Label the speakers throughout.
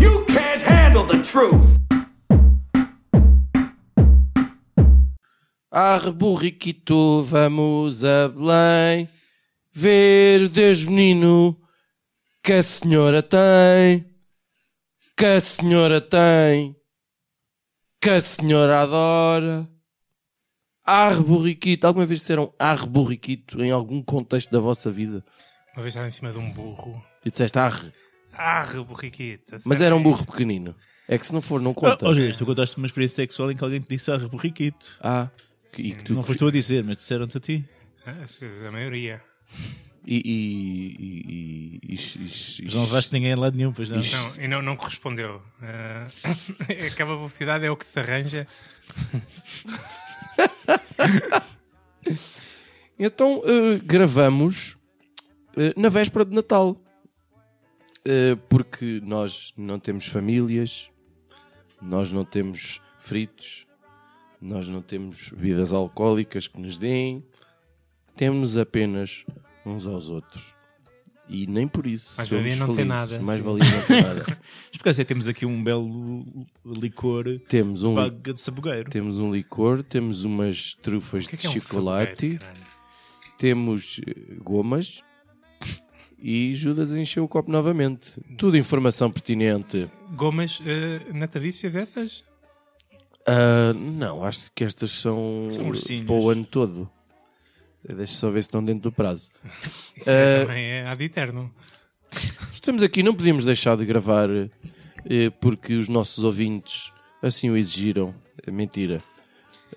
Speaker 1: You can't handle the truth.
Speaker 2: Arreburriquito, vamos a Belém ver Deus menino que a senhora tem, que a senhora tem, que a senhora adora. Arreburriquito, alguma vez disseram arreburriquito em algum contexto da vossa vida?
Speaker 3: Uma vez estava em cima de um burro.
Speaker 2: E disseste arre,
Speaker 3: Arre, burriquito.
Speaker 2: mas era um burro pequenino. É que se não for, não
Speaker 4: Ah,
Speaker 2: conta.
Speaker 4: oh, Julias, tu contaste uma experiência sexual em que alguém te disse arre burriquito.
Speaker 2: Ah, que- e que tu
Speaker 4: Não foste tu a dizer, mas disseram-te a ti.
Speaker 2: é-
Speaker 3: Ah, se- A maioria.
Speaker 2: E, e, e, e, e, e,
Speaker 4: Mas não levaste ninguém a lado nenhum, pois não.
Speaker 2: Ixi.
Speaker 3: Não, e não, não correspondeu. Ah, aquela velocidade é o que se arranja.
Speaker 2: Então eh, gravamos eh, na véspera de Natal. Eh, porque nós não temos famílias, nós não temos fritos, nós não temos bebidas alcoólicas que nos deem, temos apenas uns aos outros. E nem por isso.
Speaker 3: Mais
Speaker 2: somos
Speaker 3: valia não ter
Speaker 2: felizes.
Speaker 3: nada.
Speaker 2: Mais valia não ter nada.
Speaker 4: Mas por acaso é, temos aqui um belo licor
Speaker 2: temos, um, li-
Speaker 4: paga de sabogueiro.
Speaker 2: temos um licor, temos umas trufas
Speaker 3: O que é
Speaker 2: de
Speaker 3: que é um
Speaker 2: chocolate.
Speaker 3: saboneiro, caralho?
Speaker 2: temos eh, gomas e Judas encheu o copo novamente. Tudo informação pertinente.
Speaker 3: Gomas ah, natavícias essas?
Speaker 2: Ah, não, acho que estas são,
Speaker 4: São ursinhos.
Speaker 2: para o ano todo. Deixa só ver se estão dentro do prazo. Eh, Ah,
Speaker 3: Isso é, também é ad eterno.
Speaker 2: Estamos aqui, não podíamos deixar de gravar eh, porque os nossos ouvintes assim o exigiram. É Mentira.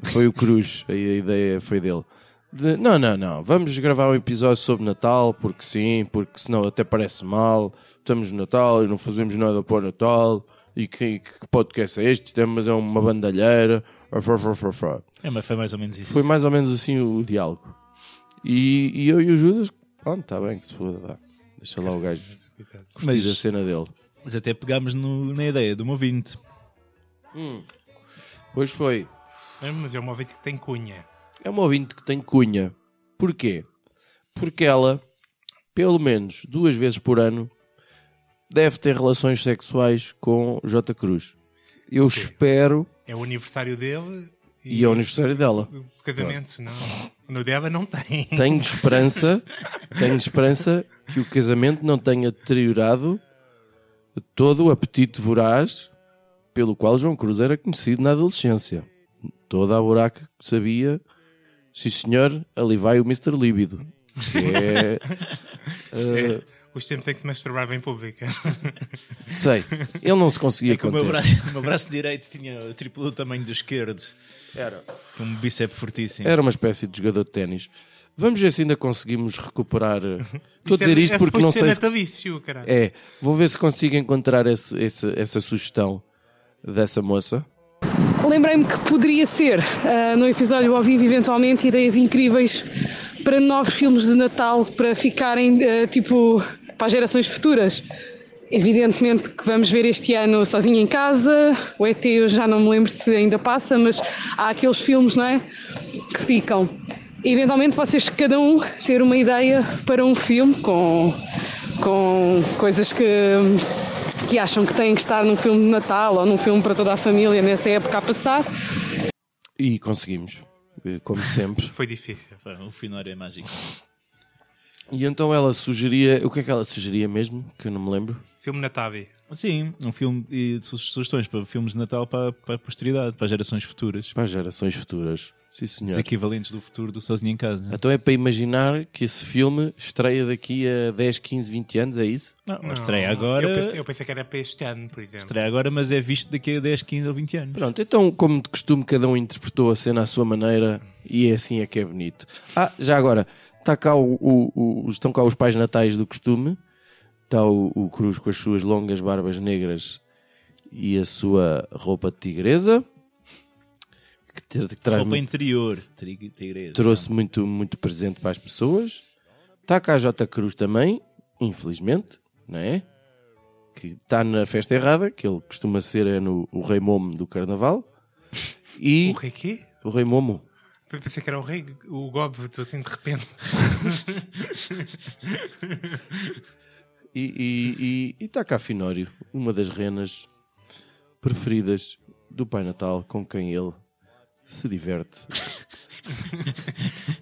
Speaker 2: Foi o Cruz, a ideia foi dele. De- não, não, não. Vamos gravar um episódio sobre Natal, porque sim, porque senão até parece mal. Estamos no Natal e não fazemos nada para o Natal. E que, que podcast é este? Temos é uma bandalheira. Fá, fá, fá, fá.
Speaker 4: É, mas foi mais ou menos isso.
Speaker 2: Foi mais ou menos assim o diálogo. E, e eu e o Judas, pronto, está bem que se foda, vá. Deixa lá o gajo
Speaker 3: Coitado.
Speaker 2: curtir
Speaker 4: Mas-
Speaker 2: a cena dele.
Speaker 4: Mas até pegámos no- na ideia de um ouvinte.
Speaker 2: Pois foi.
Speaker 3: Ah, Mas é uma ouvinte que tem cunha.
Speaker 2: É uma ouvinte que tem cunha. Porquê? Porque ela, pelo menos duas vezes por ano, deve ter relações sexuais com J. Cruz. Eu espero.
Speaker 3: É o aniversário dele
Speaker 2: E é o aniversário dela.
Speaker 3: de casamento, não. No dela não tem.
Speaker 2: Tenho esperança, tenho esperança que o casamento não tenha deteriorado todo o apetite voraz pelo qual João Cruz era conhecido na adolescência. Toda a buraca que sabia, sim senhor, ali vai o Mr. Líbido. que é,
Speaker 3: Os tempos em que se masturbava em público.
Speaker 2: sei, ele não se conseguia
Speaker 4: É que o meu,
Speaker 2: conter.
Speaker 4: braço, o meu braço direito tinha o triplo do tamanho do esquerdo.
Speaker 2: Era.
Speaker 4: Com um bíceps fortíssimo.
Speaker 2: Era uma espécie de jogador de ténis. Vamos ver se ainda conseguimos recuperar. eh, Estou a dizer
Speaker 3: é-
Speaker 2: isto
Speaker 3: é
Speaker 2: porque
Speaker 3: suposto
Speaker 2: não
Speaker 3: ser
Speaker 2: sei se
Speaker 3: natavício, caralho.
Speaker 2: É, vou ver se consigo encontrar esse- esse- essa sugestão dessa moça.
Speaker 5: Lembrei-me que poderia ser, ah, no episódio ao vivo, eventualmente, ideias incríveis para novos filmes de Natal, para ficarem, ah, tipo, para as gerações futuras. Evidentemente que vamos ver este ano Sozinho em Casa, o ET eu já não me lembro se ainda passa, mas há aqueles filmes, não é? Que ficam. Eventualmente vocês, cada um, ter uma ideia para um filme com, com coisas que, que acham que têm que estar num filme de Natal ou num filme para toda a família nessa época a passar.
Speaker 2: E conseguimos, eh, como sempre.
Speaker 3: Foi difícil.
Speaker 4: Pá, O final é mágico.
Speaker 2: E então ela sugeria. O que é que ela sugeria mesmo? Que eu não me lembro.
Speaker 3: Filme Natavi.
Speaker 4: Sim, um filme e su- sugestões para filmes de Natal para, para a posteridade, para as gerações futuras.
Speaker 2: Para as gerações futuras. Sim,
Speaker 4: Os
Speaker 2: senhor.
Speaker 4: equivalentes do futuro do Sozinho em Casa.
Speaker 2: Então é para imaginar que esse filme estreia daqui a 10, 15, 20 anos, é isso?
Speaker 4: Não,
Speaker 3: Não,
Speaker 4: mas estreia agora.
Speaker 3: Eu pensei, eu pensei que era para este ano, por exemplo.
Speaker 4: Estreia agora, mas é visto daqui a 10, 15 ou 20 anos.
Speaker 2: Pronto, então, como de costume, cada um interpretou a cena à sua maneira e é assim é que é bonito. Ah, já agora, está cá o- o- o- estão cá os pais natais do costume, está o, o Cruz com as suas longas barbas negras e a sua roupa de tigresa, que, te- que traz
Speaker 4: Roupa
Speaker 2: muito-
Speaker 4: interior, tri- tigresa.
Speaker 2: trouxe muito, muito presente para as pessoas. Está cá a J. Cruz também, infelizmente, não é? que está na festa errada, que ele costuma ser é no o Rei Momo do Carnaval. E
Speaker 3: O rei quê?
Speaker 2: o Rei Momo.
Speaker 3: Eu Pensei que era o rei, o Gob, estou assim de repente.
Speaker 2: E- E e- e está cá Finório, uma das renas preferidas do Pai Natal, com quem ele se diverte.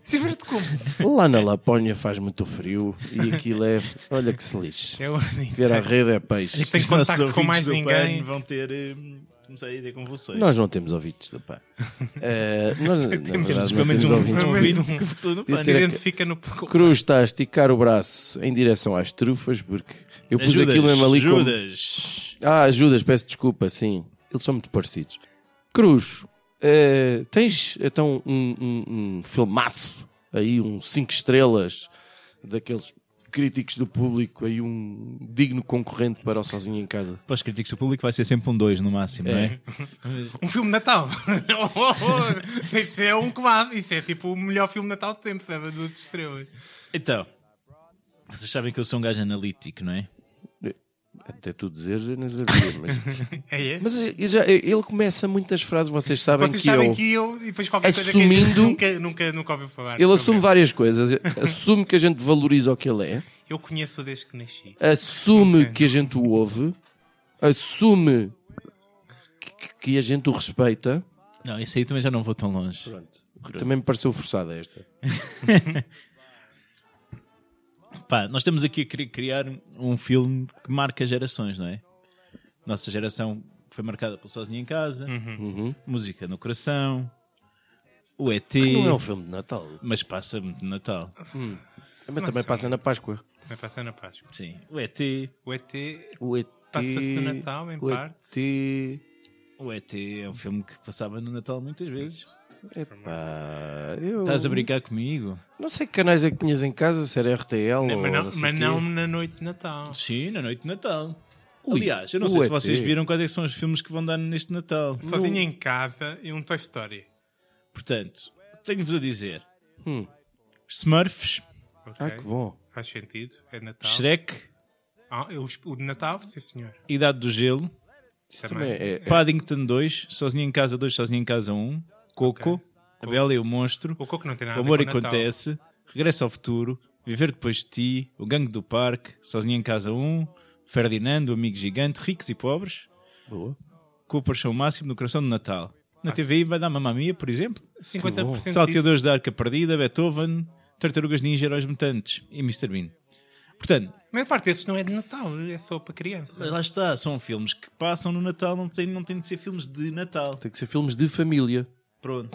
Speaker 3: Se verde como?
Speaker 2: Lá na Lapónia faz muito frio e aquilo é. Olha que se lixe.
Speaker 3: É o único.
Speaker 2: Ver a rede é peixe.
Speaker 3: Tem
Speaker 4: Os nossos
Speaker 3: contacto com
Speaker 4: ouvintes
Speaker 3: mais
Speaker 4: do
Speaker 3: ninguém.
Speaker 4: PAN vão ter. hum, Comecei a ter com vocês.
Speaker 2: Nós não temos ouvintes da PAN. Eh, nós, na verdade, não
Speaker 4: pelo menos
Speaker 2: temos ouvintes.
Speaker 4: um- um
Speaker 3: pelo menos
Speaker 4: ouvinte
Speaker 3: um.
Speaker 4: que votou no
Speaker 2: Devia
Speaker 4: PAN.
Speaker 2: ter aqui-
Speaker 3: Identifica no.
Speaker 2: Cruz está a esticar o braço em direção às trufas, porque eu pus
Speaker 4: Judas,
Speaker 2: aquilo mesmo ali como-
Speaker 4: Judas.
Speaker 2: Ah, Judas, peço desculpa, sim. Eles são muito parecidos. Cruz, eh, tens então um, um, um filmaço aí, um 5 estrelas daqueles críticos do público, aí um digno concorrente para o Sozinho em Casa.
Speaker 4: Para os críticos, o público vai ser sempre um 2 no máximo, não é?
Speaker 3: Um filme de Natal. Oh, oh, oh. Isso é um comado. Isso é tipo o melhor filme de Natal de sempre, sabe? A Duas estrelas.
Speaker 4: Então, vocês sabem que eu sou um gajo analítico, não é?
Speaker 2: Até tu dizeres, eu não sabia, mas...
Speaker 3: É esse.
Speaker 2: mas eu já- eh, ele começa muitas frases, vocês sabem
Speaker 3: Vocês
Speaker 2: que
Speaker 3: sabem
Speaker 2: eu...
Speaker 3: que é, eu. E depois qualquer coisa que a gente
Speaker 2: Assumindo-
Speaker 3: nunca, nunca, nunca ouviu falar.
Speaker 2: Ele assume várias coisas. Assume que a gente valoriza o que ele é.
Speaker 3: Eu conheço desde que nasci.
Speaker 2: assume que a gente o ouve, assume que, que a gente o respeita.
Speaker 4: Não, isso aí também já não vou tão longe.
Speaker 2: Também me pareceu forçada esta.
Speaker 4: Pá, nós estamos aqui a cri- criar um filme que marca gerações, não é? Nossa geração foi marcada pelo Sozinho em Casa,
Speaker 2: Uhum.
Speaker 4: Música no Coração, o ET,
Speaker 2: Não é um filme de Natal,
Speaker 4: mas passa muito no Natal.
Speaker 2: mas também passa na Páscoa.
Speaker 3: Vai passar na Páscoa.
Speaker 4: Sim, o ET,
Speaker 3: O ET.
Speaker 2: O ET.
Speaker 3: Passa-se no Natal, em
Speaker 2: o
Speaker 3: parte.
Speaker 2: ET.
Speaker 4: o ET é um filme que passava no Natal muitas vezes.
Speaker 2: Epá, Ah, eu
Speaker 4: Estás a brincar comigo?
Speaker 2: não sei que canais é que tinhas em casa, se era RTL ou
Speaker 3: Mas não,
Speaker 2: Oh, sei
Speaker 3: mas
Speaker 2: quê.
Speaker 3: não na noite de Natal.
Speaker 4: Sim, na noite de Natal.
Speaker 2: Ui,
Speaker 4: Aliás, eu não
Speaker 2: o
Speaker 4: sei se
Speaker 2: ET.
Speaker 4: vocês viram quais é que são os filmes que vão dar neste Natal.
Speaker 3: Sozinho em casa e um Toy Story.
Speaker 4: Portanto, tenho-vos a dizer:
Speaker 2: Hum.
Speaker 4: Smurfs,
Speaker 3: ok?
Speaker 2: Ah, que bom.
Speaker 3: Faz sentido. É
Speaker 2: Tá.
Speaker 3: Natal.
Speaker 4: Shrek,
Speaker 3: Ah, eu- o de Natal, sim senhor.
Speaker 4: Idade do Gelo.
Speaker 2: Isso também é, é-
Speaker 4: Paddington 2, Sozinho em Casa 2, Sozinho em Casa 1, Coco,
Speaker 3: Ok.
Speaker 4: A Bela e o Monstro,
Speaker 3: O Coco não tem nada
Speaker 4: O
Speaker 3: a ver
Speaker 4: Amor
Speaker 3: com Natal.
Speaker 4: Acontece, Regresso ao Futuro, Viver Depois de Ti, O Gangue do Parque, Sozinho em Casa 1, Ferdinando, O Amigo Gigante, Ricos e Pobres,
Speaker 2: boa.
Speaker 4: Cooper Show Máximo no Coração do Natal. Na TVI vai dar Mamma Mia, por exemplo,
Speaker 3: 50% disso.
Speaker 4: Salteadores da Arca Perdida, Beethoven, Tartarugas Ninja, Heróis Mutantes e Mr. Bean. Portanto,
Speaker 3: A maior parte desses não é de Natal, é só para criança.
Speaker 4: lá está, são filmes que passam no Natal, não tem, não tem de ser filmes de Natal.
Speaker 2: Tem que ser filmes de família.
Speaker 4: Pronto.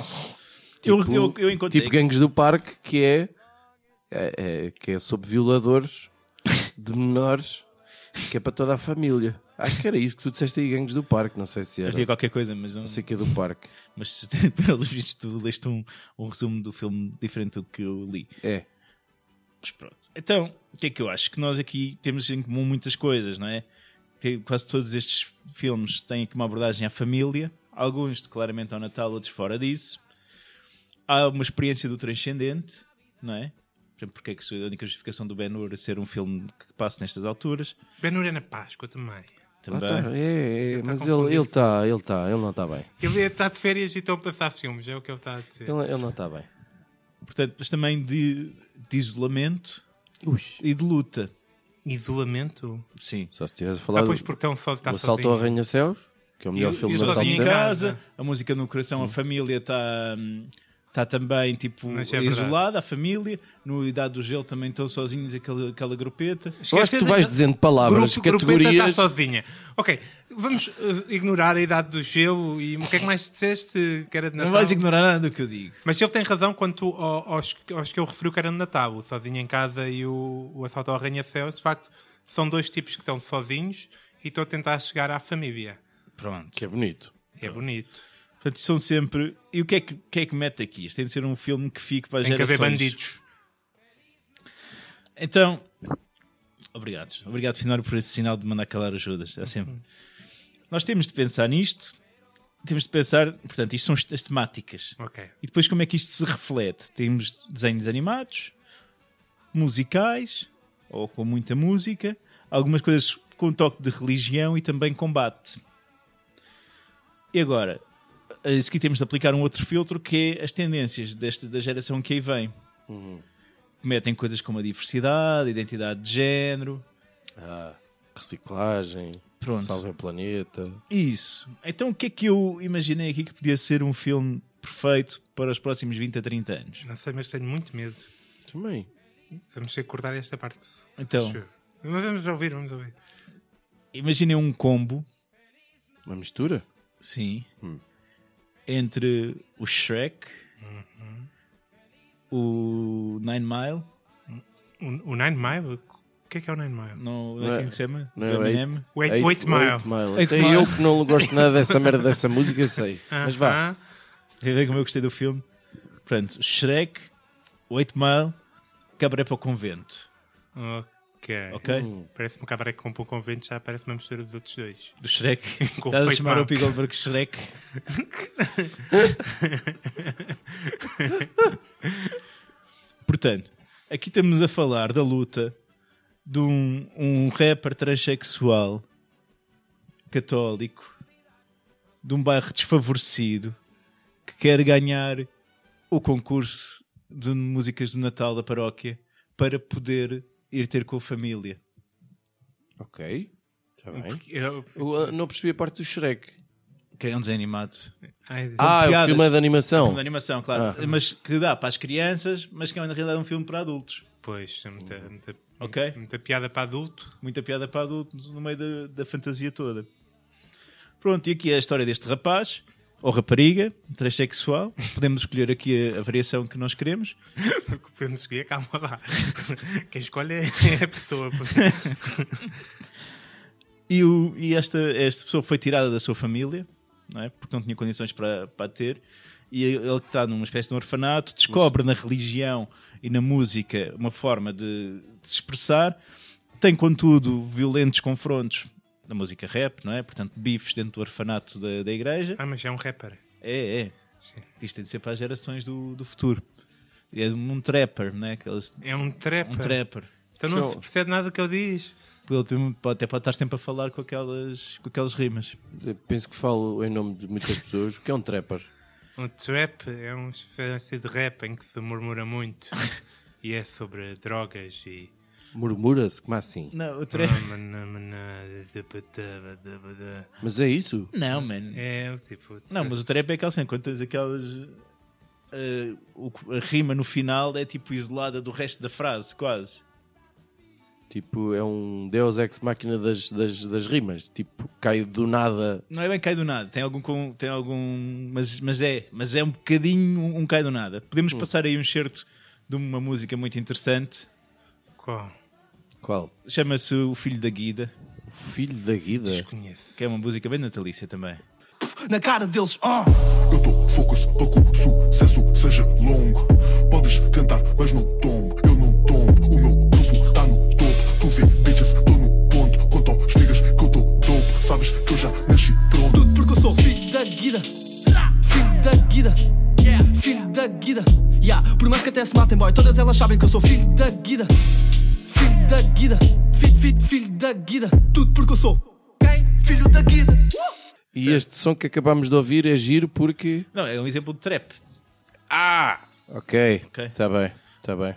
Speaker 2: Tipo,
Speaker 4: eu, eu, eu encontrei.
Speaker 2: tipo Gangues do Parque, que é, é- é- que é sobre violadores de menores, que é para toda a família. Acho que era isso que tu disseste aí, Gangues do Parque. Não sei se
Speaker 4: Eu
Speaker 2: era.
Speaker 4: digo qualquer coisa, mas, não,
Speaker 2: Não sei que é do parque.
Speaker 4: mas pelos vistos tu leste um, um resumo do filme diferente do que eu li.
Speaker 2: É.
Speaker 4: Mas pronto. Então, o que é que eu acho? Que nós aqui temos em comum muitas coisas, não é? Tem- quase todos estes filmes têm aqui uma abordagem à família, alguns claramente ao Natal, outros fora disso. Há uma experiência do transcendente, não é? Por exemplo, Porque é que a única justificação do Ben-Hur é ser um filme que passa nestas alturas.
Speaker 3: Benur é na Páscoa também.
Speaker 2: Ah,
Speaker 4: Também.
Speaker 2: tá, é, é, mas ele
Speaker 3: confundido.
Speaker 2: ele está, ele está, ele não está bem.
Speaker 3: Ele está de férias e estão a passar filmes, é o que ele está a dizer.
Speaker 2: Ele, ele não está bem.
Speaker 4: Portanto, mas também de, de isolamento
Speaker 2: Ui,
Speaker 4: e de luta.
Speaker 3: Isolamento?
Speaker 4: Sim.
Speaker 2: só se tivesse
Speaker 3: Ah,
Speaker 2: falado
Speaker 3: pois porque estão só está
Speaker 2: do Assalto ao
Speaker 3: sozinho.
Speaker 2: Arranha-Céus, que é o melhor
Speaker 4: E-
Speaker 2: filme
Speaker 4: e
Speaker 2: de Natal
Speaker 4: sozinho
Speaker 2: de
Speaker 4: em
Speaker 3: Sozinho
Speaker 2: sempre.
Speaker 4: casa, a música no coração, a família está tá também tipo
Speaker 3: Hum. Mas é verdade.
Speaker 4: isolada, a família, no Idade do Gelo também estão sozinhos aquela, aquela grupeta.
Speaker 2: Eu acho que tu vais dizendo palavras,
Speaker 3: Grupo, grupeta está
Speaker 2: categorias.
Speaker 3: sozinha. Ok, vamos eh, ignorar a idade do gelo e o que é que mais disseste que era de Natal?
Speaker 4: Não vais ignorar nada do que eu digo.
Speaker 3: Mas ele tem razão quanto ao- aos, aos que eu referi que era no Natal, o Sozinho em Casa e o, o Assalto ao Arranha-Céus. De facto, são dois tipos que estão sozinhos e estão a tentar chegar à família.
Speaker 4: Pronto.
Speaker 2: Que é bonito.
Speaker 3: É bonito.
Speaker 4: Portanto, são sempre. E o que é que, que é que mete aqui? Isto tem de ser um filme que fique para as
Speaker 3: Tem que haver
Speaker 4: gerações.
Speaker 3: bandidos.
Speaker 4: Então, obrigado. Obrigado, Finório, por esse sinal de mandar calar ajudas. É
Speaker 3: Hum.
Speaker 4: sempre. Nós temos de pensar nisto. Temos de pensar, portanto, isto são as temáticas.
Speaker 3: Ok.
Speaker 4: E depois como é que isto se reflete? Temos desenhos animados, musicais, ou com muita música, algumas coisas com um toque de religião e também combate. E agora, a seguir temos de aplicar um outro filtro que é as tendências desta, da geração que aí vem. Metem coisas como a diversidade, a identidade de género.
Speaker 2: Reciclagem,
Speaker 4: Pronto.
Speaker 2: salvem o planeta.
Speaker 4: Isso. Então o que é que eu imaginei aqui que podia ser um filme perfeito para os próximos 20 a 30 anos?
Speaker 3: Não sei, mas tenho muito medo.
Speaker 2: Também.
Speaker 3: Vamos ter que cortar esta parte. acho
Speaker 4: Então.
Speaker 3: eu. Mas vamos ouvir, vamos ouvir.
Speaker 4: Imaginei um combo,
Speaker 2: Uma mistura?
Speaker 4: sim,
Speaker 2: Hum.
Speaker 4: entre o Shrek, o Nine Mile,
Speaker 3: O, o Nine Mile? O que é que é o Nine Mile?
Speaker 4: não,
Speaker 2: Não
Speaker 4: é assim
Speaker 2: é-
Speaker 4: que se chama?
Speaker 2: não é
Speaker 4: Do
Speaker 2: o eight?
Speaker 4: Eminem.
Speaker 3: O Eight-
Speaker 2: Eight-
Speaker 3: Eight Mile.
Speaker 2: Eight Mile.
Speaker 4: Eight
Speaker 2: Até
Speaker 4: Mile.
Speaker 2: eu que não gosto nada dessa merda dessa música, eu sei. Mas vá.
Speaker 3: Ah,
Speaker 4: Quer ver como eu gostei do filme? Pronto, Shrek, Oito Mile, Cabaré para o Convento.
Speaker 3: ok.
Speaker 4: Ah. Ok?
Speaker 2: Hum.
Speaker 3: Parece-me que aparece com um convento, já parece uma mistura dos outros dois.
Speaker 4: Do Shrek.
Speaker 3: Com
Speaker 4: Estás a
Speaker 3: Oito
Speaker 4: chamar
Speaker 3: Mile.
Speaker 4: o Pigolberg Shrek. Portanto, aqui estamos a falar da luta de um, um rapper transexual católico de um bairro desfavorecido que quer ganhar o concurso de músicas do Natal da paróquia para poder ir ter com a família.
Speaker 2: Ok. Está bem.
Speaker 3: Eu-
Speaker 2: Eu, ah, não percebi a parte do Shrek.
Speaker 4: Que é um desanimado.
Speaker 3: ai,
Speaker 2: Ah, o
Speaker 4: piadas.
Speaker 2: filme é de animação.
Speaker 4: Filme de animação, claro. Mas que dá para as crianças, mas que é na realidade um filme para adultos.
Speaker 3: Pois, é muita, muita,
Speaker 4: Ok.
Speaker 3: muita piada para adulto.
Speaker 4: Muita piada para adultos no meio da, da fantasia toda. Pronto, e aqui é a história deste rapaz, ou rapariga, transexual. Podemos escolher aqui a, a variação que nós queremos.
Speaker 3: Porque podemos seguir, calma lá. Quem escolhe é a pessoa.
Speaker 4: E, o- e esta, esta pessoa foi tirada da sua família, não é? porque não tinha condições para, para a ter. E ele que está numa espécie de um orfanato, descobre na religião e na música uma forma de, de se expressar. Tem, contudo, violentos confrontos na música rap, não é? Portanto, bifes dentro do orfanato da, da igreja.
Speaker 3: Ah, mas é um rapper.
Speaker 4: É, é.
Speaker 3: Sim.
Speaker 4: Isto tem de ser para as gerações do, do futuro. É um trapper, não é? Aqueles,
Speaker 3: É um trapper.
Speaker 4: um trapper.
Speaker 3: Então não se percebe nada do que ele diz.
Speaker 4: Ele tem- pode- até pode estar sempre a falar com aquelas, com aquelas rimas.
Speaker 2: Eu Penso que falo em nome de muitas pessoas, que é um trapper.
Speaker 3: Um trap é uma espécie de rap em que se murmura muito. e é sobre drogas e...
Speaker 2: Murmura-se, como assim?
Speaker 4: Não, é? o trapper.
Speaker 2: Mas é isso?
Speaker 4: Não, mano.
Speaker 3: É, tipo...
Speaker 4: Não, mas o trap é aquela cena, quando tens aquelas. eh, o que- a rima no final é tipo isolada do resto da frase, quase.
Speaker 2: Tipo, é um Deus Ex Máquina das, das, das rimas. Tipo, cai do nada.
Speaker 4: Não é bem cai do nada, tem algum. com- Tem algum mas, mas é, mas é um bocadinho um, um cai do nada. Podemos passar aí um certo de uma música muito interessante,
Speaker 3: Qual?
Speaker 2: Qual?
Speaker 4: chama-se O Filho da Guida,
Speaker 2: O filho da Guida?
Speaker 3: Desconheço.
Speaker 4: que é uma música bem natalícia também.
Speaker 6: Na cara deles, Ah. ó.
Speaker 7: Eu tô focus para que o sucesso seja longo. Podes tentar, mas não tombo. Eu não tombo. O meu grupo tá no topo. Tu vê, bitches, tô no ponto. Quanto aos niggas que eu tô topo. Sabes que eu já nasci pronto.
Speaker 6: Tudo porque eu sou filho da guida. Filho da guida. Filho da guida. Yeah. Por mais que até se matem, boy, todas elas sabem que eu sou filho da guida. Filho da guida. Filho, filho, filho da guida. Tudo porque eu sou. Quem? Filho da guida.
Speaker 2: E este som que acabámos de ouvir é giro porque.
Speaker 4: Não, é um exemplo de trap.
Speaker 2: Ok,
Speaker 4: Ok.
Speaker 2: está bem, está bem,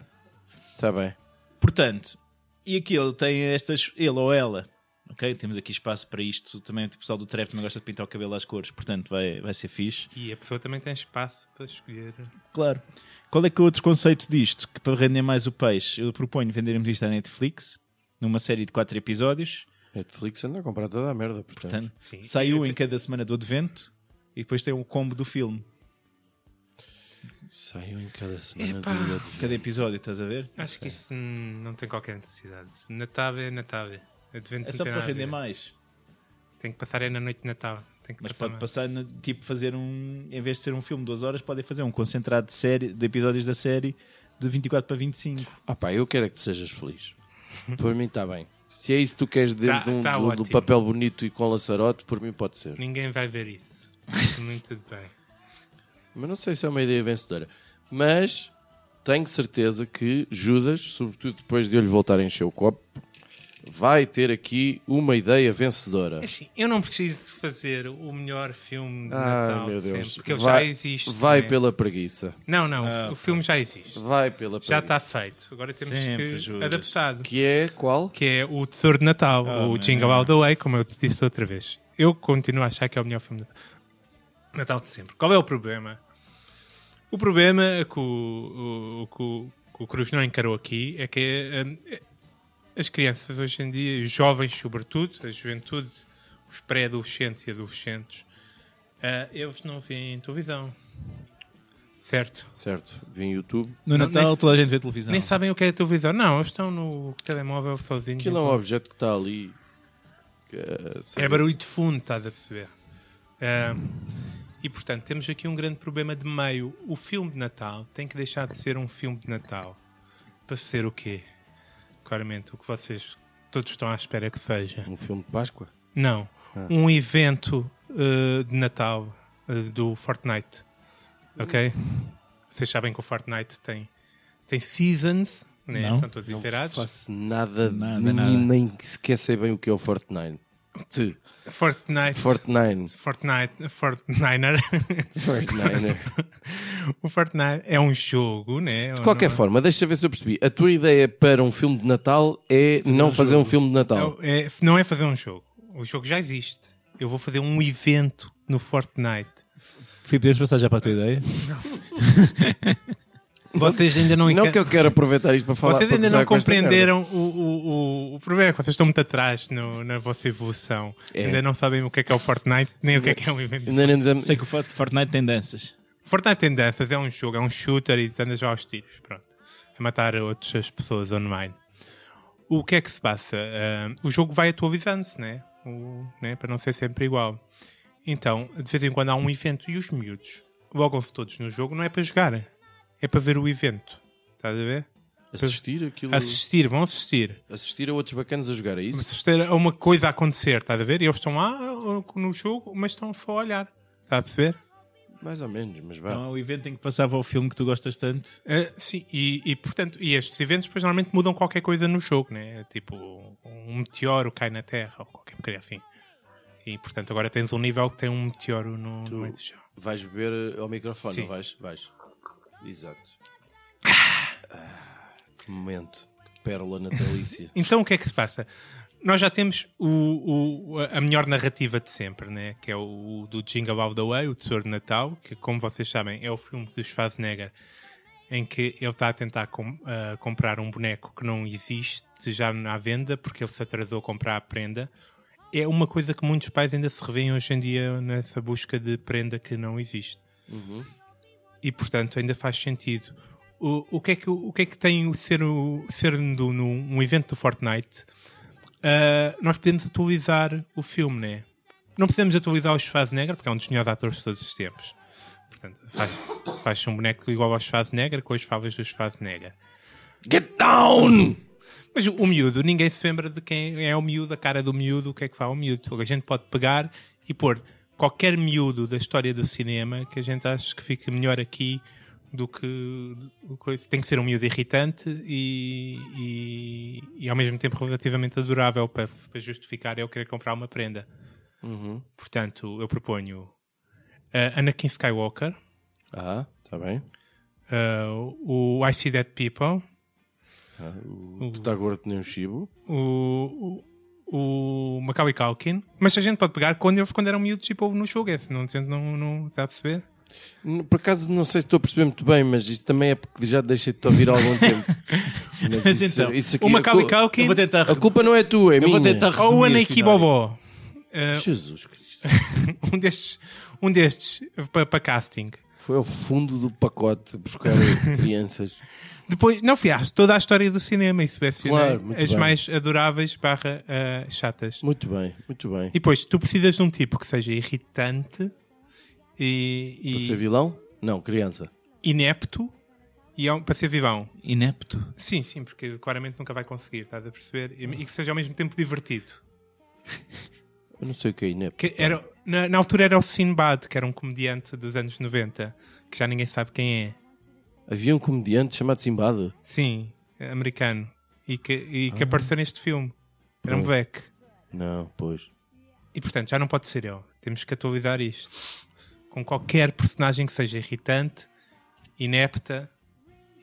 Speaker 2: está bem.
Speaker 4: Portanto, e aqui ele tem estas, ele ou ela, ok? Temos aqui espaço para isto também. tipo, O pessoal do trap não gosta de pintar o cabelo às cores, portanto vai, vai ser fixe.
Speaker 3: E a pessoa também tem espaço para escolher.
Speaker 4: Claro. Qual é que é outro conceito disto? Que para render mais o peixe, eu proponho vendermos isto à Netflix, numa série de quatro episódios.
Speaker 2: Netflix anda a comprar toda a merda, portanto.
Speaker 4: Portanto,
Speaker 3: Sim.
Speaker 4: saiu em cada semana do advento e depois tem o combo do filme.
Speaker 2: Saiu em cada semana
Speaker 3: Epá.
Speaker 2: do Netflix.
Speaker 4: Cada episódio, estás a ver?
Speaker 3: Acho que isso hum, não tem qualquer necessidade. Natal é Natal. Advento
Speaker 4: É
Speaker 3: não
Speaker 4: só
Speaker 3: tem
Speaker 4: para
Speaker 3: nada a
Speaker 4: render
Speaker 3: ver.
Speaker 4: mais.
Speaker 3: Tem que passar é na noite de Natal. Tem que
Speaker 4: Mas
Speaker 3: passar
Speaker 4: pode
Speaker 3: na-
Speaker 4: passar, no- tipo, fazer um. Em vez de ser um filme de duas horas, podem fazer um concentrado de, série, de episódios da série de 24 para 25.
Speaker 2: Ah pá, eu quero é que tu sejas feliz. por mim está bem. Se é isso que tu queres dentro de
Speaker 3: Tá-
Speaker 2: um,
Speaker 3: tá
Speaker 2: de um- de um
Speaker 3: ótimo.
Speaker 2: papel bonito e com laçarote, por mim pode ser.
Speaker 3: Ninguém vai ver isso. Muito bem.
Speaker 2: Mas não sei se é uma ideia vencedora. Mas tenho certeza que Judas, sobretudo depois de eu lhe voltar a encher o copo, vai ter aqui uma ideia vencedora.
Speaker 3: Assim, eu não preciso fazer o melhor filme de
Speaker 2: Ah,
Speaker 3: Natal
Speaker 2: meu
Speaker 3: de sempre,
Speaker 2: Deus.
Speaker 3: porque ele
Speaker 2: vai
Speaker 3: já existe.
Speaker 2: vai
Speaker 3: não é?
Speaker 2: pela preguiça.
Speaker 3: Não, não,
Speaker 4: Ah,
Speaker 3: o filme já existe.
Speaker 2: Vai pela preguiça.
Speaker 3: já tá. está feito. Agora temos
Speaker 4: Sempre,
Speaker 3: que
Speaker 4: Judas.
Speaker 3: adaptá-lo.
Speaker 2: Que é qual?
Speaker 3: Que é o Tesouro de Natal,
Speaker 2: Ah,
Speaker 4: Oh,
Speaker 3: o
Speaker 4: man.
Speaker 3: Jingle All the Way, como eu te disse outra vez. Eu continuo a achar que é o melhor filme de Natal. Natal de sempre. Qual é o problema? O problema que o, o, que o, que o Cruz não encarou aqui é que hum, as crianças hoje em dia, os jovens sobretudo, a juventude, os pré-adolescentes e adolescentes, ah, eles não veem televisão. Certo?
Speaker 2: Certo, vi em YouTube.
Speaker 4: No
Speaker 3: Não,
Speaker 4: Natal
Speaker 3: nem-
Speaker 4: toda a gente vê televisão.
Speaker 3: Nem sabem o que é televisão. Não, eles estão no telemóvel sozinhos.
Speaker 2: Aquilo é um objeto que está ali. que, eh, sei
Speaker 3: É
Speaker 2: lá.
Speaker 3: barulho de fundo, estás a perceber? Ah, e portanto, temos aqui um grande problema de meio. O filme de Natal tem que deixar de ser um filme de Natal para ser o quê? Claramente, o que vocês todos estão à espera que seja.
Speaker 2: Um filme de Páscoa?
Speaker 3: Não.
Speaker 4: Ah.
Speaker 3: Um evento eh, de Natal eh, do Fortnite. Ok? Vocês sabem que o Fortnite tem, tem seasons, né?
Speaker 4: Não.
Speaker 3: Estão todos inteirados.
Speaker 2: Não faço nada,
Speaker 4: Nada,
Speaker 2: nem,
Speaker 4: nada.
Speaker 2: nem sequer sei bem o que é o Fortnite. Te-
Speaker 3: Fortnite.
Speaker 2: Fortnite.
Speaker 3: Fortnite. Fortniner.
Speaker 2: Fortnite.
Speaker 3: o Fortnite é um jogo, né?
Speaker 2: De qualquer
Speaker 3: Não-
Speaker 2: forma, deixa eu ver se eu percebi. A tua ideia para um filme de Natal é não fazer um filme de Natal.
Speaker 3: Não é, não é fazer um jogo. O jogo já existe. Eu vou fazer um evento no Fortnite.
Speaker 4: Filipe, podemos passar já para a tua ideia?
Speaker 3: Vocês ainda não,
Speaker 2: Não
Speaker 3: enca-
Speaker 2: que eu quero aproveitar isto para falar.
Speaker 3: Vocês
Speaker 2: para
Speaker 3: ainda não
Speaker 2: gozar com esta merda.
Speaker 3: compreenderam o, o, o, o problema é que vocês estão muito atrás no- na vossa evolução.
Speaker 2: É.
Speaker 3: Ainda não sabem o que é que é o Fortnite, nem o que é que é um evento.
Speaker 2: Ainda nem-
Speaker 4: Sei que o Fort- Fortnite tem danças.
Speaker 3: Fortnite tem dessas, é um jogo, é um shooter e andas já aos tiros, pronto. A matar outras pessoas online. O que é que se passa? Ah, o jogo vai atualizando-se, né? O- né? Para não ser sempre igual. Então, de vez em quando há um evento e os miúdos logam-se todos no jogo, não é para jogar, é para ver o evento. Estás a ver?
Speaker 2: Assistir aquilo.
Speaker 3: Assistir, vão assistir.
Speaker 2: Assistir a outros bacanas a jogar, é isso?
Speaker 3: assistir a uma coisa a acontecer, estás a ver? E eles estão lá ah, no jogo, mas estão só a olhar. Está a perceber?
Speaker 2: Mais ou menos, mas vá.
Speaker 4: Então é o evento em que passava o filme que tu gostas tanto.
Speaker 3: Ah, sim, e, e, portanto, e estes eventos depois normalmente mudam qualquer coisa no jogo, né? Tipo, um meteoro cai na Terra ou qualquer coisa assim. E portanto, agora tens um nível que tem um meteoro no, no meio do chão.
Speaker 2: Vais beber eh, ao microfone,
Speaker 3: Sim.
Speaker 2: não vais? Vais. Exato. Ah, que momento. Que pérola natalícia.
Speaker 3: Então o que é que se passa? Nós já temos o, o- a melhor narrativa de sempre, né? que é o, o do Jingle All the Way, o Tesouro de Natal, que como vocês sabem é o filme do Schwarzenegger em que ele está a tentar com- a comprar um boneco que não existe já na venda porque ele se atrasou a comprar a prenda. É uma coisa que muitos pais ainda se revêem hoje em dia nessa busca de prenda que não existe e portanto ainda faz sentido. O, o, que, é que, o que é que tem o ser, o, ser do, num um evento do Fortnite? Ah, nós podemos atualizar o filme, né? Não podemos atualizar o Schwarzenegger, porque é um dos melhores atores de todos os tempos. Portanto, faz- faz-se um boneco igual ao Schwarzenegger com as favas do Schwarzenegger.
Speaker 2: Get down!
Speaker 3: Mas o, o miúdo, ninguém se lembra de quem é o miúdo, a cara do miúdo, o que é que faz o miúdo. A gente pode pegar e pôr qualquer miúdo da história do cinema que a gente acha que fica melhor aqui do que. do coisa. Tem que ser um miúdo irritante e, e, e ao mesmo tempo relativamente adorável para, para justificar eu querer comprar uma prenda. Portanto, eu proponho ah, Anakin Skywalker,
Speaker 2: Ah, está bem.
Speaker 3: ah, o I See Dead People.
Speaker 4: Uh.
Speaker 2: Tu está gordo que nem um chibo.
Speaker 3: o, o, o Macaulay Culkin. Mas a gente pode pegar quando eles quando eram miúdos e povo no jogo. Esse não, não, não está a perceber?
Speaker 2: N- Por acaso, não sei se estou a perceber muito bem, mas isto também é porque já deixei de te ouvir há algum tempo. Mas
Speaker 4: Mas então,
Speaker 3: o Macaulay
Speaker 2: a, cu-
Speaker 3: Culkin
Speaker 4: Eu vou tentar
Speaker 2: a culpa não é tua, é
Speaker 4: Eu
Speaker 2: minha. Oh,
Speaker 4: vou tentar resumir.
Speaker 3: ou o
Speaker 4: afinal.
Speaker 3: Anakin Bobó.
Speaker 2: Jesus Cristo.
Speaker 3: um destes, um destes para casting.
Speaker 2: Foi ao fundo do pacote buscar crianças.
Speaker 3: Depois, não fui à- toda a história do cinema e
Speaker 2: Claro,
Speaker 3: selecionei
Speaker 2: muito
Speaker 3: as
Speaker 2: bem.
Speaker 3: mais adoráveis barra ah, chatas.
Speaker 2: Muito bem, muito bem.
Speaker 3: E depois, tu precisas de um tipo que seja irritante e,
Speaker 2: Para ser
Speaker 3: e
Speaker 2: vilão? Não, criança.
Speaker 3: inepto e é um- para ser vivão.
Speaker 4: Inepto.
Speaker 3: Sim, sim, porque claramente nunca vai conseguir, estás a perceber? E, e que seja ao mesmo tempo divertido. Então,
Speaker 2: Eu não sei o que é inepto.
Speaker 3: Que era, na, na altura era o Sinbad, que era um comediante dos anos 90, que já ninguém sabe quem é.
Speaker 2: Havia um comediante chamado Simbado.
Speaker 3: Ah. Sim, americano. E que, e que apareceu neste filme. Era um beck.
Speaker 2: Não, pois.
Speaker 3: E portanto, já não pode ser eu. Temos que atualizar isto. Com qualquer personagem que seja irritante, inepta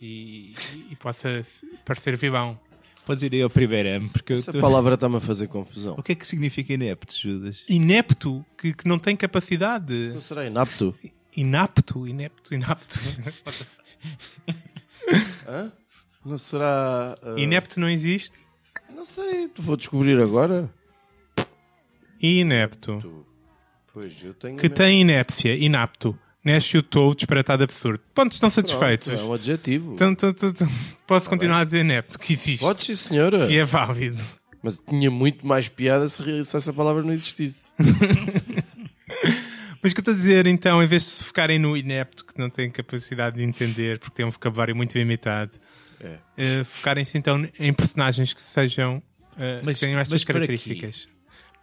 Speaker 3: e, e possa parecer vilão.
Speaker 4: Podes ir aí ao primeiro M, porque eu
Speaker 2: Essa
Speaker 4: tô-
Speaker 2: palavra está-me a fazer confusão.
Speaker 4: O que é que significa inepto, Judas?
Speaker 3: Inepto, que, que não tem capacidade.
Speaker 2: Não será inapto?
Speaker 3: Inapto, inepto, inapto.
Speaker 2: Não será. ah,
Speaker 3: Inepto não existe.
Speaker 2: Não sei, tu vou descobrir agora.
Speaker 3: Inepto.
Speaker 2: Pois, eu tenho.
Speaker 3: Que tem inépcia, inapto. Nesce o tolo disparatado absurdo. Pontos estão satisfeitos.
Speaker 2: É um Tá adjetivo.
Speaker 3: Então, então, então, então, posso continuar a dizer inepto, que existe.
Speaker 2: Pode, sim, senhora.
Speaker 3: E é válido.
Speaker 2: Mas tinha muito mais piada se, re- se essa palavra não existisse.
Speaker 3: Mas o que eu estou a dizer, então, em vez de se focarem no inepto, que não tem capacidade de entender, porque tem um vocabulário muito limitado,
Speaker 4: É.
Speaker 3: eh, focarem-se então em personagens que sejam. eh,
Speaker 4: Mas-
Speaker 3: que tenham estas
Speaker 4: mas para quê?
Speaker 3: características.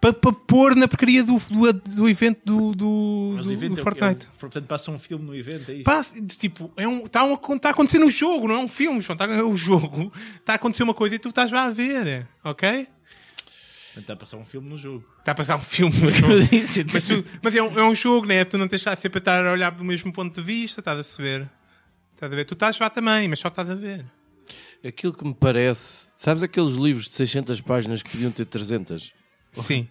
Speaker 3: Para, para pôr na porcaria do, do, do evento do, do, do-
Speaker 4: é
Speaker 3: do Fortnite.
Speaker 4: portanto, passa um filme no evento, é isto?
Speaker 3: Pá, tipo, é um, está, um, tá a acontecer um jogo, não é um filme, João. Está, é o jogo. Está a acontecer uma coisa e tu estás lá a ver, ok?
Speaker 4: Está a passar um filme no jogo.
Speaker 3: Está a passar um filme no jogo.
Speaker 4: Sim,
Speaker 3: Mas, tu- mas é, um, é um jogo, né? Tu não tens de estar sempre a estar a olhar do mesmo ponto de vista, estás a se ver. Estás a ver? Tu estás lá também, mas só estás a ver.
Speaker 2: Aquilo que me parece. Sabes aqueles livros de 600 páginas que podiam ter 300?
Speaker 3: Sim.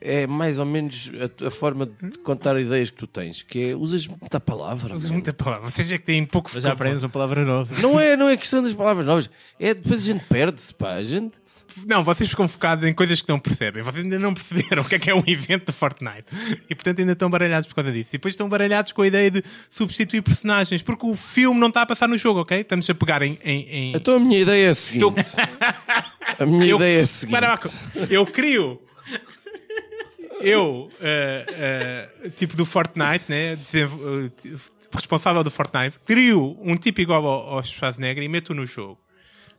Speaker 2: É mais ou menos a, tu- a forma de contar ideias que tu tens, que é usas muita palavra.
Speaker 3: Hum? Usas
Speaker 2: meu.
Speaker 3: muita palavra. Vocês é que têm pouco
Speaker 4: Mas já aprendes então, uma palavra nova.
Speaker 2: Não é, não é questão das palavras novas. É depois a gente perde-se, pá. A gente.
Speaker 3: Não, vocês ficam focados em coisas que não percebem. Vocês ainda não perceberam o que é que é um evento de Fortnite. E portanto ainda estão baralhados por causa disso. E depois estão baralhados com a ideia de substituir personagens, porque o filme não está a passar no jogo, ok? Estamos a pegar em. em- em-
Speaker 2: Então a minha ideia é a seguinte. A minha
Speaker 3: Eu-
Speaker 2: ideia é a seguinte.
Speaker 3: Para lá, eu crio. Eu, eh, eh, tipo do Fortnite, né? desenvo- eh, t- responsável do Fortnite, crio um tipo igual ao, ao Schwarzenegger e meto no jogo.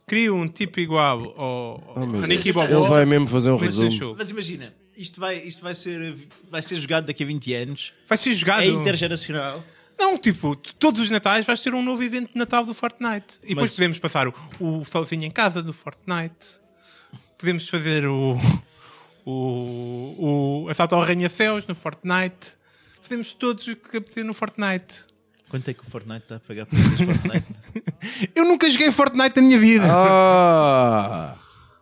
Speaker 3: Crio um tipo igual ao,
Speaker 2: Oh,
Speaker 3: ao
Speaker 2: meu Deus.
Speaker 3: Nicky Bobo.
Speaker 2: Ele vai mesmo fazer um
Speaker 3: meto no
Speaker 2: resumo.
Speaker 3: jogo.
Speaker 4: Mas imagina, isto vai, isto vai, ser, vai ser jogado daqui a 20 anos.
Speaker 3: Vai ser jogado.
Speaker 4: É intergeracional.
Speaker 3: Não, tipo, t- todos os Natais vais ter um novo evento de Natal do Fortnite. E depois
Speaker 4: Mas-
Speaker 3: podemos passar o, o sozinho em casa do Fortnite. Podemos fazer o. o. o assalto ao Arranha-Céus no Fortnite. Fazemos todos o que apetecer no Fortnite.
Speaker 4: Quanto é que o Fortnite está a pagar por estas Fortnite?
Speaker 3: Eu nunca joguei Fortnite na minha vida.
Speaker 2: Ah!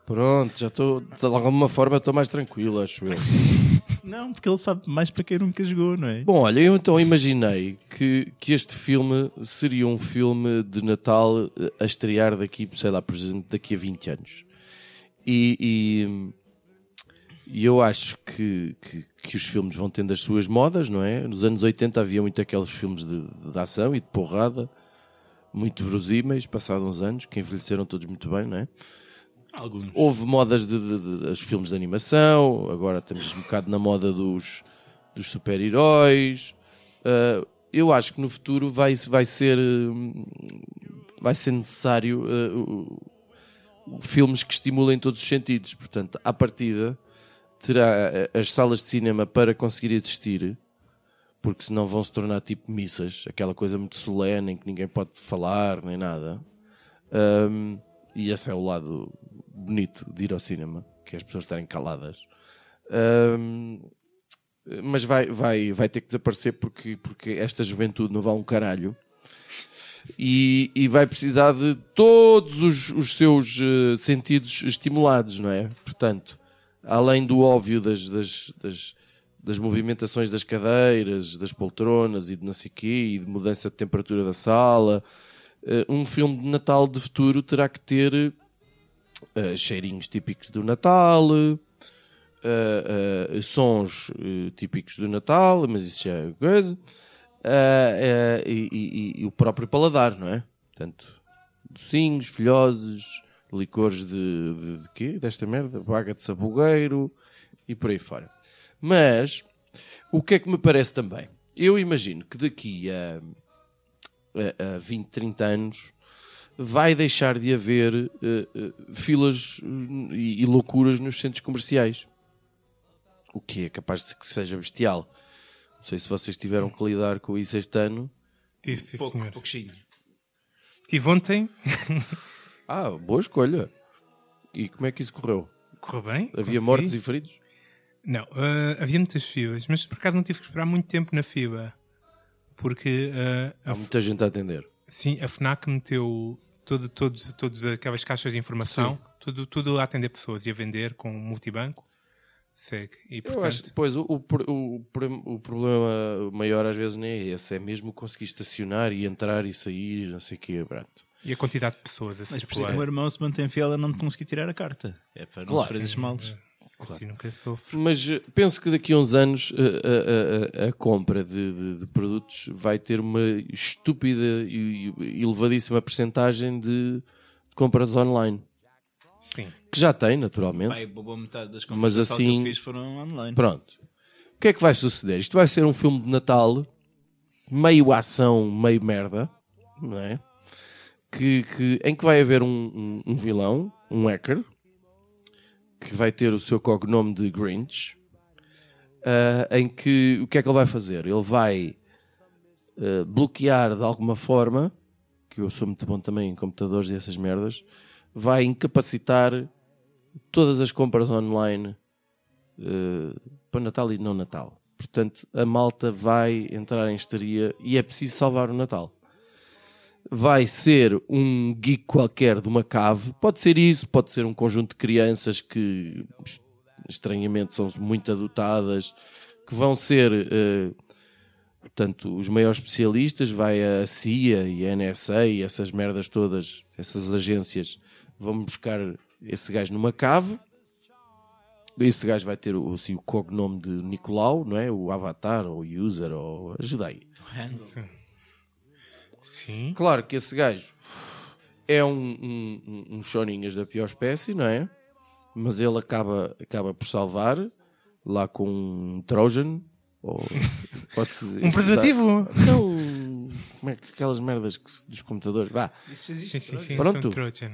Speaker 2: Pronto, já estou. De alguma forma estou mais tranquilo, acho eu.
Speaker 4: não, porque ele sabe mais para quem nunca jogou, não é?
Speaker 2: Bom, olha, eu então imaginei que, que este filme seria um filme de Natal eh, a estrear daqui, sei lá, por exemplo, daqui a 20 anos. E, e- e eu acho que, que, que os filmes vão tendo as suas modas, não é? Nos anos 80 havia muito aqueles filmes de, de ação e de porrada, muito verosímeis, passados uns anos, que envelheceram todos muito bem, não é?
Speaker 4: Alguns.
Speaker 2: Houve modas de, de, de- dos filmes de animação, agora estamos um bocado na moda dos, dos super-heróis. Ah, eu acho que no futuro vai, vai ser hum, vai ser necessário ah, o- o- filmes que estimulem todos os sentidos. Portanto, à partida, terá ah, as salas de cinema para conseguir existir, porque senão vão se tornar tipo missas, aquela coisa muito solene em que ninguém pode falar nem nada. Um, e esse é o lado bonito de ir ao cinema, que é as pessoas estarem caladas. Um, mas vai, vai, vai ter que desaparecer porque, porque esta juventude não vale um caralho. E, e vai precisar de todos os, os seus eh, sentidos estimulados, não é? Portanto, além do óbvio das, das, das, das movimentações das cadeiras, das poltronas e de não sei quê, e de mudança de temperatura da sala, eh, um filme de Natal de futuro terá que ter eh, cheirinhos típicos do Natal, eh, eh, sons eh, típicos do Natal, mas isso já é coisa, eh, eh, e, e- e o próprio paladar, não é? Portanto, docinhos, filhoses, licores de, de, de quê? Desta merda? Vaga de sabugueiro e por aí fora. Mas, o que é que me parece também? Eu imagino que daqui a a, a 20, 30 anos, vai deixar de haver eh, eh, filas eh, e, e loucuras nos centros comerciais. O que é capaz de que seja bestial. Não sei se vocês tiveram que lidar com isso este ano.
Speaker 3: Tive, sim,
Speaker 4: Pouco,
Speaker 3: senhor.
Speaker 4: pouquinho.
Speaker 3: Tive ontem
Speaker 2: Ah, boa escolha. E como é que isso correu?
Speaker 3: Correu bem?
Speaker 2: Havia
Speaker 3: consegui.
Speaker 2: mortos e feridos?
Speaker 3: Não, ah, havia muitas filas, mas por acaso não tive que esperar muito tempo na fila. Porque ah, a
Speaker 2: Há muita gente a atender.
Speaker 3: Sim, a FNAC meteu todo, todos, todas aquelas caixas de informação, tudo, tudo a atender pessoas e a vender com o multibanco. Segue. E
Speaker 2: Eu acho que
Speaker 3: portanto,
Speaker 2: depois o, o, pro- o, pro- o problema maior às vezes nem é esse, é mesmo conseguir estacionar e entrar e sair, não sei o quê, pronto.
Speaker 3: e a quantidade de pessoas a
Speaker 4: Mas por exemplo,
Speaker 3: circular.
Speaker 4: o meu irmão se mantém fiel a não te conseguir tirar a carta. É para não
Speaker 2: Claro.
Speaker 4: sofrer esses males.
Speaker 3: Assim nunca sofre.
Speaker 2: Mas eh, penso que daqui a uns anos eh, a, a- a- a compra de, de- de produtos vai ter uma estúpida e e elevadíssima percentagem de compras online.
Speaker 3: Sim.
Speaker 2: Que já tem, naturalmente.
Speaker 4: Pai, boa metade das compras
Speaker 2: Mas
Speaker 4: de Natal
Speaker 2: assim-
Speaker 4: que eu fiz foram online.
Speaker 2: Pronto. O que é que vai suceder? Isto vai ser um filme de Natal, meio ação, meio merda, não é? Que, que- em que vai haver um, um- um vilão, um hacker, que vai ter o seu cognome de Grinch, ah, em que o que é que ele vai fazer? Ele vai ah, bloquear de alguma forma, que eu sou muito bom também em computadores e essas merdas, vai incapacitar todas as compras online para Natal e não Natal. Portanto, a malta vai entrar em histeria e é preciso salvar o Natal. Vai ser um geek qualquer de uma cave, pode ser isso, pode ser um conjunto de crianças que es- estranhamente são muito adotadas, que vão ser, eh, portanto, os maiores especialistas. Vai a CIA e a NSA e essas merdas todas, essas agências, vão buscar esse gajo numa cave esse gajo vai ter o, assim, o cognome de Nicolau, não é? O avatar, ou user, ou ajuda aí.
Speaker 3: Sim.
Speaker 2: Claro que esse gajo é um, um, um- um choninhas da pior espécie, não é? Mas ele acaba, acaba por salvar lá com um Trojan, ou pode-se
Speaker 3: Um preservativo?
Speaker 2: Não, como é que aquelas merdas que se- dos computadores, vá.
Speaker 4: Isso
Speaker 3: Sim,
Speaker 4: existe.
Speaker 3: sim, sim.
Speaker 2: Pronto.
Speaker 3: são Trojan.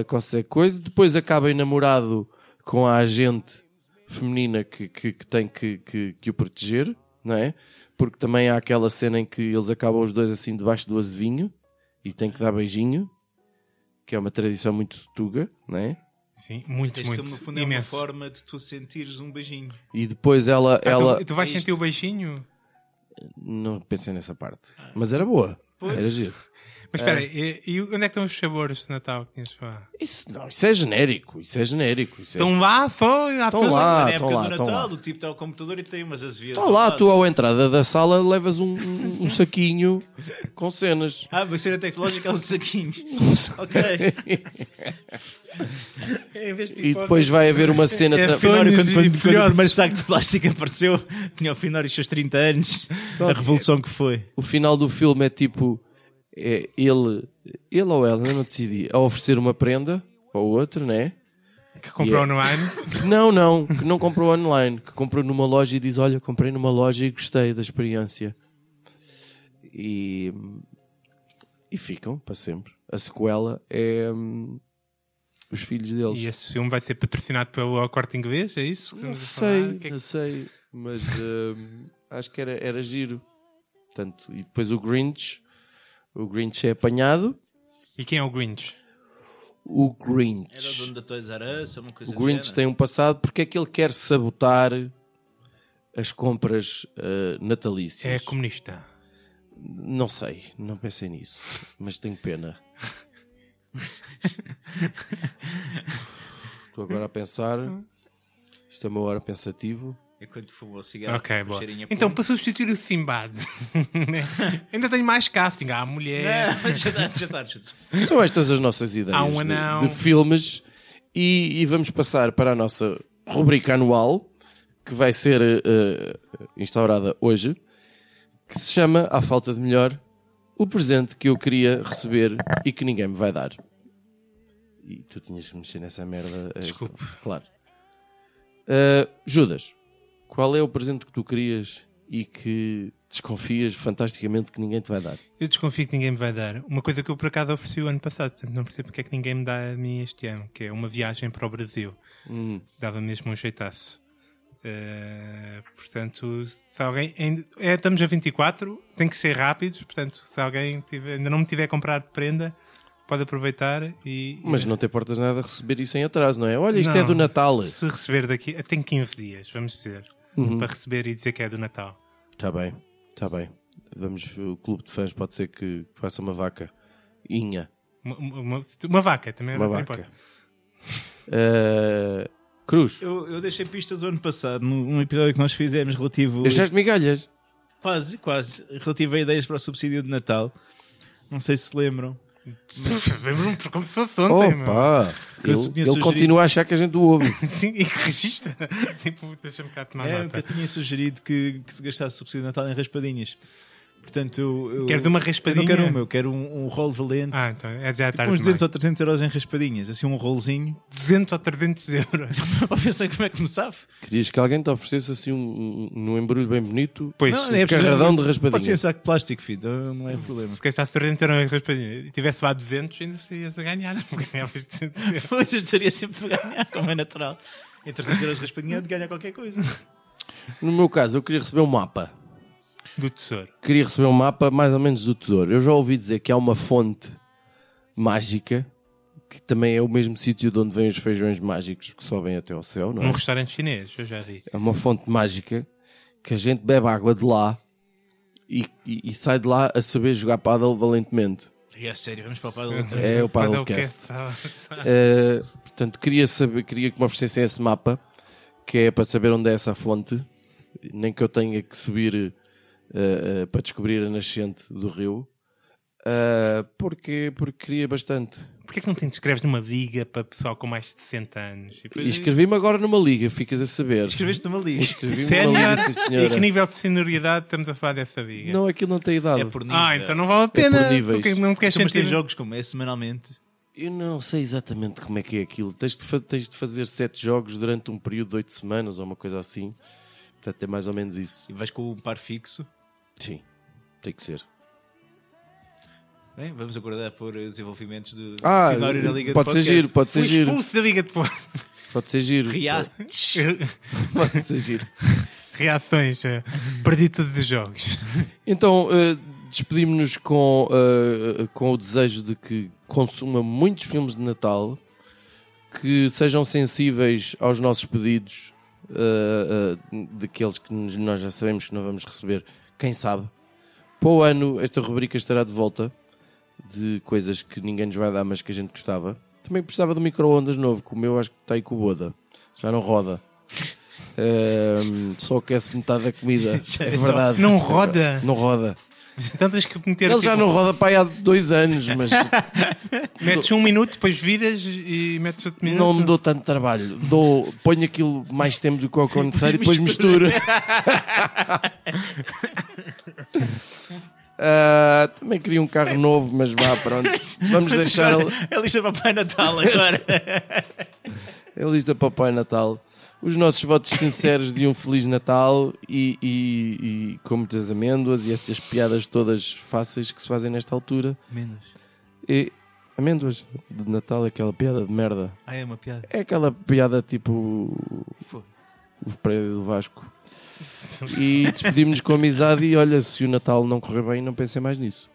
Speaker 2: uh, consegue coisa. Depois acaba enamorado com a agente feminina que, que, que tem que, que, que o proteger, não é? Porque também há aquela cena em que eles acabam os dois assim debaixo do azevinho e tem que dar beijinho, que é uma tradição muito tuga, não é?
Speaker 3: Sim, muito,
Speaker 4: Este
Speaker 3: muito.
Speaker 4: filme, no fundo, é uma
Speaker 3: imenso.
Speaker 4: forma de tu sentires um beijinho.
Speaker 2: E depois ela.
Speaker 3: Ah,
Speaker 2: ela...
Speaker 3: tu, tu vais
Speaker 4: Isto.
Speaker 3: sentir o beijinho?
Speaker 2: Não pensei nessa parte. Mas era boa. Era giro.
Speaker 3: Mas espera, e, e onde é que estão os sabores de Natal que tinhas lá?
Speaker 2: Isso, não, isso é genérico. Isso é genérico. Isso é...
Speaker 3: Estão lá só? Há
Speaker 2: Estão
Speaker 3: todos-
Speaker 2: lá. Ah,
Speaker 4: na época
Speaker 2: tão lá,
Speaker 4: do
Speaker 2: tão
Speaker 4: Natal,
Speaker 2: lá.
Speaker 4: o tipo está ao computador e tem umas azevias.
Speaker 2: Então lá, tu à entrada da sala levas um- um- um saquinho com cenas.
Speaker 4: Ah, vai ser a tecnológica é um saquinho. ok. É, em vez de
Speaker 2: E depois vai haver uma cena.
Speaker 3: É
Speaker 2: ta-
Speaker 3: filme.
Speaker 4: Finório,
Speaker 3: Sonhos
Speaker 4: quando, quando,
Speaker 3: e
Speaker 4: quando o primeiro
Speaker 3: filhotes.
Speaker 4: saco de plástico apareceu, tinha o Finório os seus 30 anos, a revolução que foi.
Speaker 2: O final do filme é tipo. é ele, ele ou ela, eu não decidi, a oferecer uma prenda ao outro, né?
Speaker 3: Que comprou
Speaker 2: Yeah.
Speaker 3: online?
Speaker 2: Que não, não, que não comprou online, que comprou numa loja e diz: Olha, comprei numa loja e gostei da experiência. E. E ficam para sempre. A sequela é. hum, os filhos deles.
Speaker 3: E esse filme vai ser patrocinado pelo corte inglês? É isso? que
Speaker 2: Não
Speaker 3: estamos a falar?
Speaker 2: sei,
Speaker 3: O que é que-
Speaker 2: não sei, mas hum, acho que era, era giro. Portanto, e depois o Grinch, o Grinch é apanhado.
Speaker 3: E quem é o Grinch?
Speaker 2: O
Speaker 4: Era o dono
Speaker 2: Grinch,
Speaker 4: da Toys R Us, uma coisa
Speaker 2: o Grinch tem um passado porque é que ele quer sabotar as compras ah,
Speaker 3: É
Speaker 2: natalícias.
Speaker 3: comunista.
Speaker 2: Não sei, não pensei nisso, mas tenho pena. Estou agora a pensar. Isto é uma hora pensativo.
Speaker 4: Enquanto É fumou o cigarro,
Speaker 3: Ok,
Speaker 4: com
Speaker 3: boa.
Speaker 4: cheirinho a
Speaker 3: Então,
Speaker 4: pum.
Speaker 3: para substituir o Simbad, ainda tenho mais casting. Há a mulher.
Speaker 4: Ah, mas já está, já está, já está.
Speaker 2: São estas as nossas ideias
Speaker 3: Há um
Speaker 2: de-
Speaker 3: anão.
Speaker 2: de, filmes e, e vamos passar para a nossa rubrica anual que vai ser eh, eh, instaurada hoje, que se chama, à falta de melhor, o presente que eu queria receber e que ninguém me vai dar. E tu tinhas que mexer nessa merda. eh,
Speaker 3: Desculpe.
Speaker 2: Claro. Eh, Judas, qual é o presente que tu querias e que desconfias fantasticamente que ninguém te vai dar?
Speaker 3: Eu desconfio que ninguém me vai dar. Uma coisa que eu por acaso ofereci o ano passado, portanto não percebo porque é que ninguém me dá a mim este ano, que é uma viagem para o Brasil.
Speaker 2: Hum.
Speaker 3: Dava mesmo um jeitaço. Eh, portanto, se alguém. ainda- é, estamos a 24, tem que ser rápidos, portanto, se alguém tiver- ainda não me tiver comprado prenda, pode aproveitar e.
Speaker 2: Mas não te importas nada a receber isso em atraso, não é? Olha, isto
Speaker 3: Não.
Speaker 2: é do Natal.
Speaker 3: Se receber daqui. eh, Tem 15 dias, vamos dizer.
Speaker 2: Uhum.
Speaker 3: Para receber e dizer que é do Natal.
Speaker 2: Está Tá bem, está bem. Vamos, o clube de fãs pode ser que faça uma vaca. Inha,
Speaker 3: Uma, uma- uma- uma vaca também. é
Speaker 2: uma
Speaker 3: não
Speaker 2: vaca.
Speaker 3: importa.
Speaker 2: Ah, Cruz,
Speaker 4: Eu, eu deixei pistas do ano passado, num num episódio que nós fizemos relativo.
Speaker 2: deixaste migalhas.
Speaker 4: Quase, quase. Relativo a ideias para o subsídio de Natal. Não sei se se lembram.
Speaker 3: Lembro-me um, como se fosse ontem, meu.
Speaker 2: Opa!
Speaker 4: Eu
Speaker 2: Ele,
Speaker 4: tinha
Speaker 2: ele
Speaker 4: sugerido-
Speaker 2: continua a achar que a gente o ouve.
Speaker 3: Sim, e que registra. tipo, deixa-me cá tomar
Speaker 4: É,
Speaker 3: nota.
Speaker 4: eu tinha sugerido que, que se gastasse o subsídio de Natal em raspadinhas. Portanto, eu. eu-
Speaker 3: Queres uma
Speaker 4: Eu não
Speaker 3: raspadinha?
Speaker 4: quero uma, eu quero um, um rolo valente.
Speaker 3: Ah, então é já
Speaker 4: tipo
Speaker 3: tarde.
Speaker 4: uns 200
Speaker 3: demais.
Speaker 4: ou 300 euros em raspadinhas. Assim, um rolozinho.
Speaker 3: 200 ou 300 euros.
Speaker 4: Para pensar como é que me safo.
Speaker 2: Querias que alguém te oferecesse assim um, um- um embrulho bem bonito?
Speaker 3: Pois,
Speaker 4: Não, é
Speaker 2: um carradão de
Speaker 4: Pode ser um
Speaker 2: raspadinhas.
Speaker 4: saco de plástico, filho. Não é problema.
Speaker 3: se gastasse 300 euros em raspadinha e tivesse lá 200, ainda estarias a ganhar. Porque ganhavas 200 euros.
Speaker 4: Pois, eu estaria sempre a ganhar, como é natural. Em 300 euros de raspadinha, há de ganhar qualquer coisa.
Speaker 2: No meu caso, eu queria receber um mapa.
Speaker 3: do tesouro.
Speaker 2: Queria receber um mapa mais ou menos do tesouro. Eu já ouvi dizer que há uma fonte mágica que também é o mesmo sítio de onde vêm os feijões mágicos que sobem até ao céu, não é?
Speaker 3: Num restaurante chinês, eu já vi.
Speaker 2: É uma fonte mágica que a gente bebe água de lá e, e- e sai de lá a saber jogar paddle valentemente.
Speaker 4: E é sério, vamos para o Padel outra vez.
Speaker 2: É o
Speaker 3: Quando eu
Speaker 2: paddlecast.
Speaker 3: quero-
Speaker 2: Uh, portanto, queria, saber, queria que me oferecessem esse mapa, que é para saber onde é essa fonte, nem que eu tenha que subir uh, uh, para descobrir a nascente do rio, uh, porque, porque queria bastante.
Speaker 3: Porquê é que não te inscreves numa viga para pessoal com mais de 60 anos? Tipo, E
Speaker 2: E
Speaker 3: depois-
Speaker 2: escrevi-me agora numa liga, ficas a saber.
Speaker 4: Escreveste uma lista.
Speaker 2: Escrevi-me numa liga, um
Speaker 3: Sénior?
Speaker 2: sim
Speaker 3: é E que
Speaker 2: senhora.
Speaker 3: nível de senioridade estamos a falar dessa viga?
Speaker 2: Não, aquilo não tem idade.
Speaker 4: É por nível.
Speaker 3: Ah, então não vale a pena.
Speaker 2: níveis.
Speaker 3: tu que não te queres
Speaker 4: Então, Mas tem
Speaker 3: sentir.
Speaker 4: jogos como é semanalmente.
Speaker 2: Eu não sei exatamente como é que é aquilo. Tens de, fa- tens de fazer sete jogos durante um período de oito semanas ou uma coisa assim. Portanto, é mais ou menos isso.
Speaker 4: E vais com um par fixo.
Speaker 2: Sim, tem que ser.
Speaker 4: Bem, né? vamos acordar por eh, desenvolvimentos do
Speaker 2: Ah,
Speaker 4: cenário na Liga
Speaker 2: pode
Speaker 4: de
Speaker 2: ser
Speaker 4: Podcast.
Speaker 2: giro, pode ser
Speaker 3: Fui
Speaker 2: é giro,
Speaker 3: expulso da liga depois.
Speaker 2: pode ser giro.
Speaker 4: Riá.
Speaker 2: Pode ser giro.
Speaker 3: Reações. eh, Perdi todos os jogos.
Speaker 2: Então, eh, despedimos-nos com, eh, com o desejo de que consuma muitos filmes de Natal, que sejam sensíveis aos nossos pedidos, eh, eh, daqueles que nos- nós já sabemos que não vamos receber, quem sabe. Para o ano, esta rubrica estará de volta de coisas que ninguém nos vai dar, mas que a gente gostava. Também precisava de um micro-ondas novo, que o meu acho que está aí com o Boda. Já não roda. Ehm, só aquece metade da comida. É
Speaker 4: é só-
Speaker 2: verdade.
Speaker 3: Não roda.
Speaker 2: Não roda.
Speaker 3: Então tens que meter.
Speaker 2: Ele já
Speaker 3: tipo,
Speaker 2: não roda para aí há dois anos, mas
Speaker 3: Metes um minuto, depois viras e metes outro minuto.
Speaker 2: não me dou tanto trabalho. Dou, ponho aquilo mais tempo do que o necessário e depois misturo. Ah, também queria um carro novo, mas vá, pronto. Vamos deixar a,
Speaker 4: É lista para Pai Natal agora.
Speaker 2: a lista para o Pai Natal. Os nossos votos sinceros de um Feliz Natal e, e, e com muitas amêndoas e essas piadas todas fáceis que se fazem nesta altura.
Speaker 4: Menos.
Speaker 2: E amêndoas de Natal, é aquela piada de merda.
Speaker 4: Ah, é uma piada.
Speaker 2: É aquela piada tipo. O prédio do Vasco. E despedimos-nos com amizade. E olha, se o Natal não correr bem, não pensem mais nisso.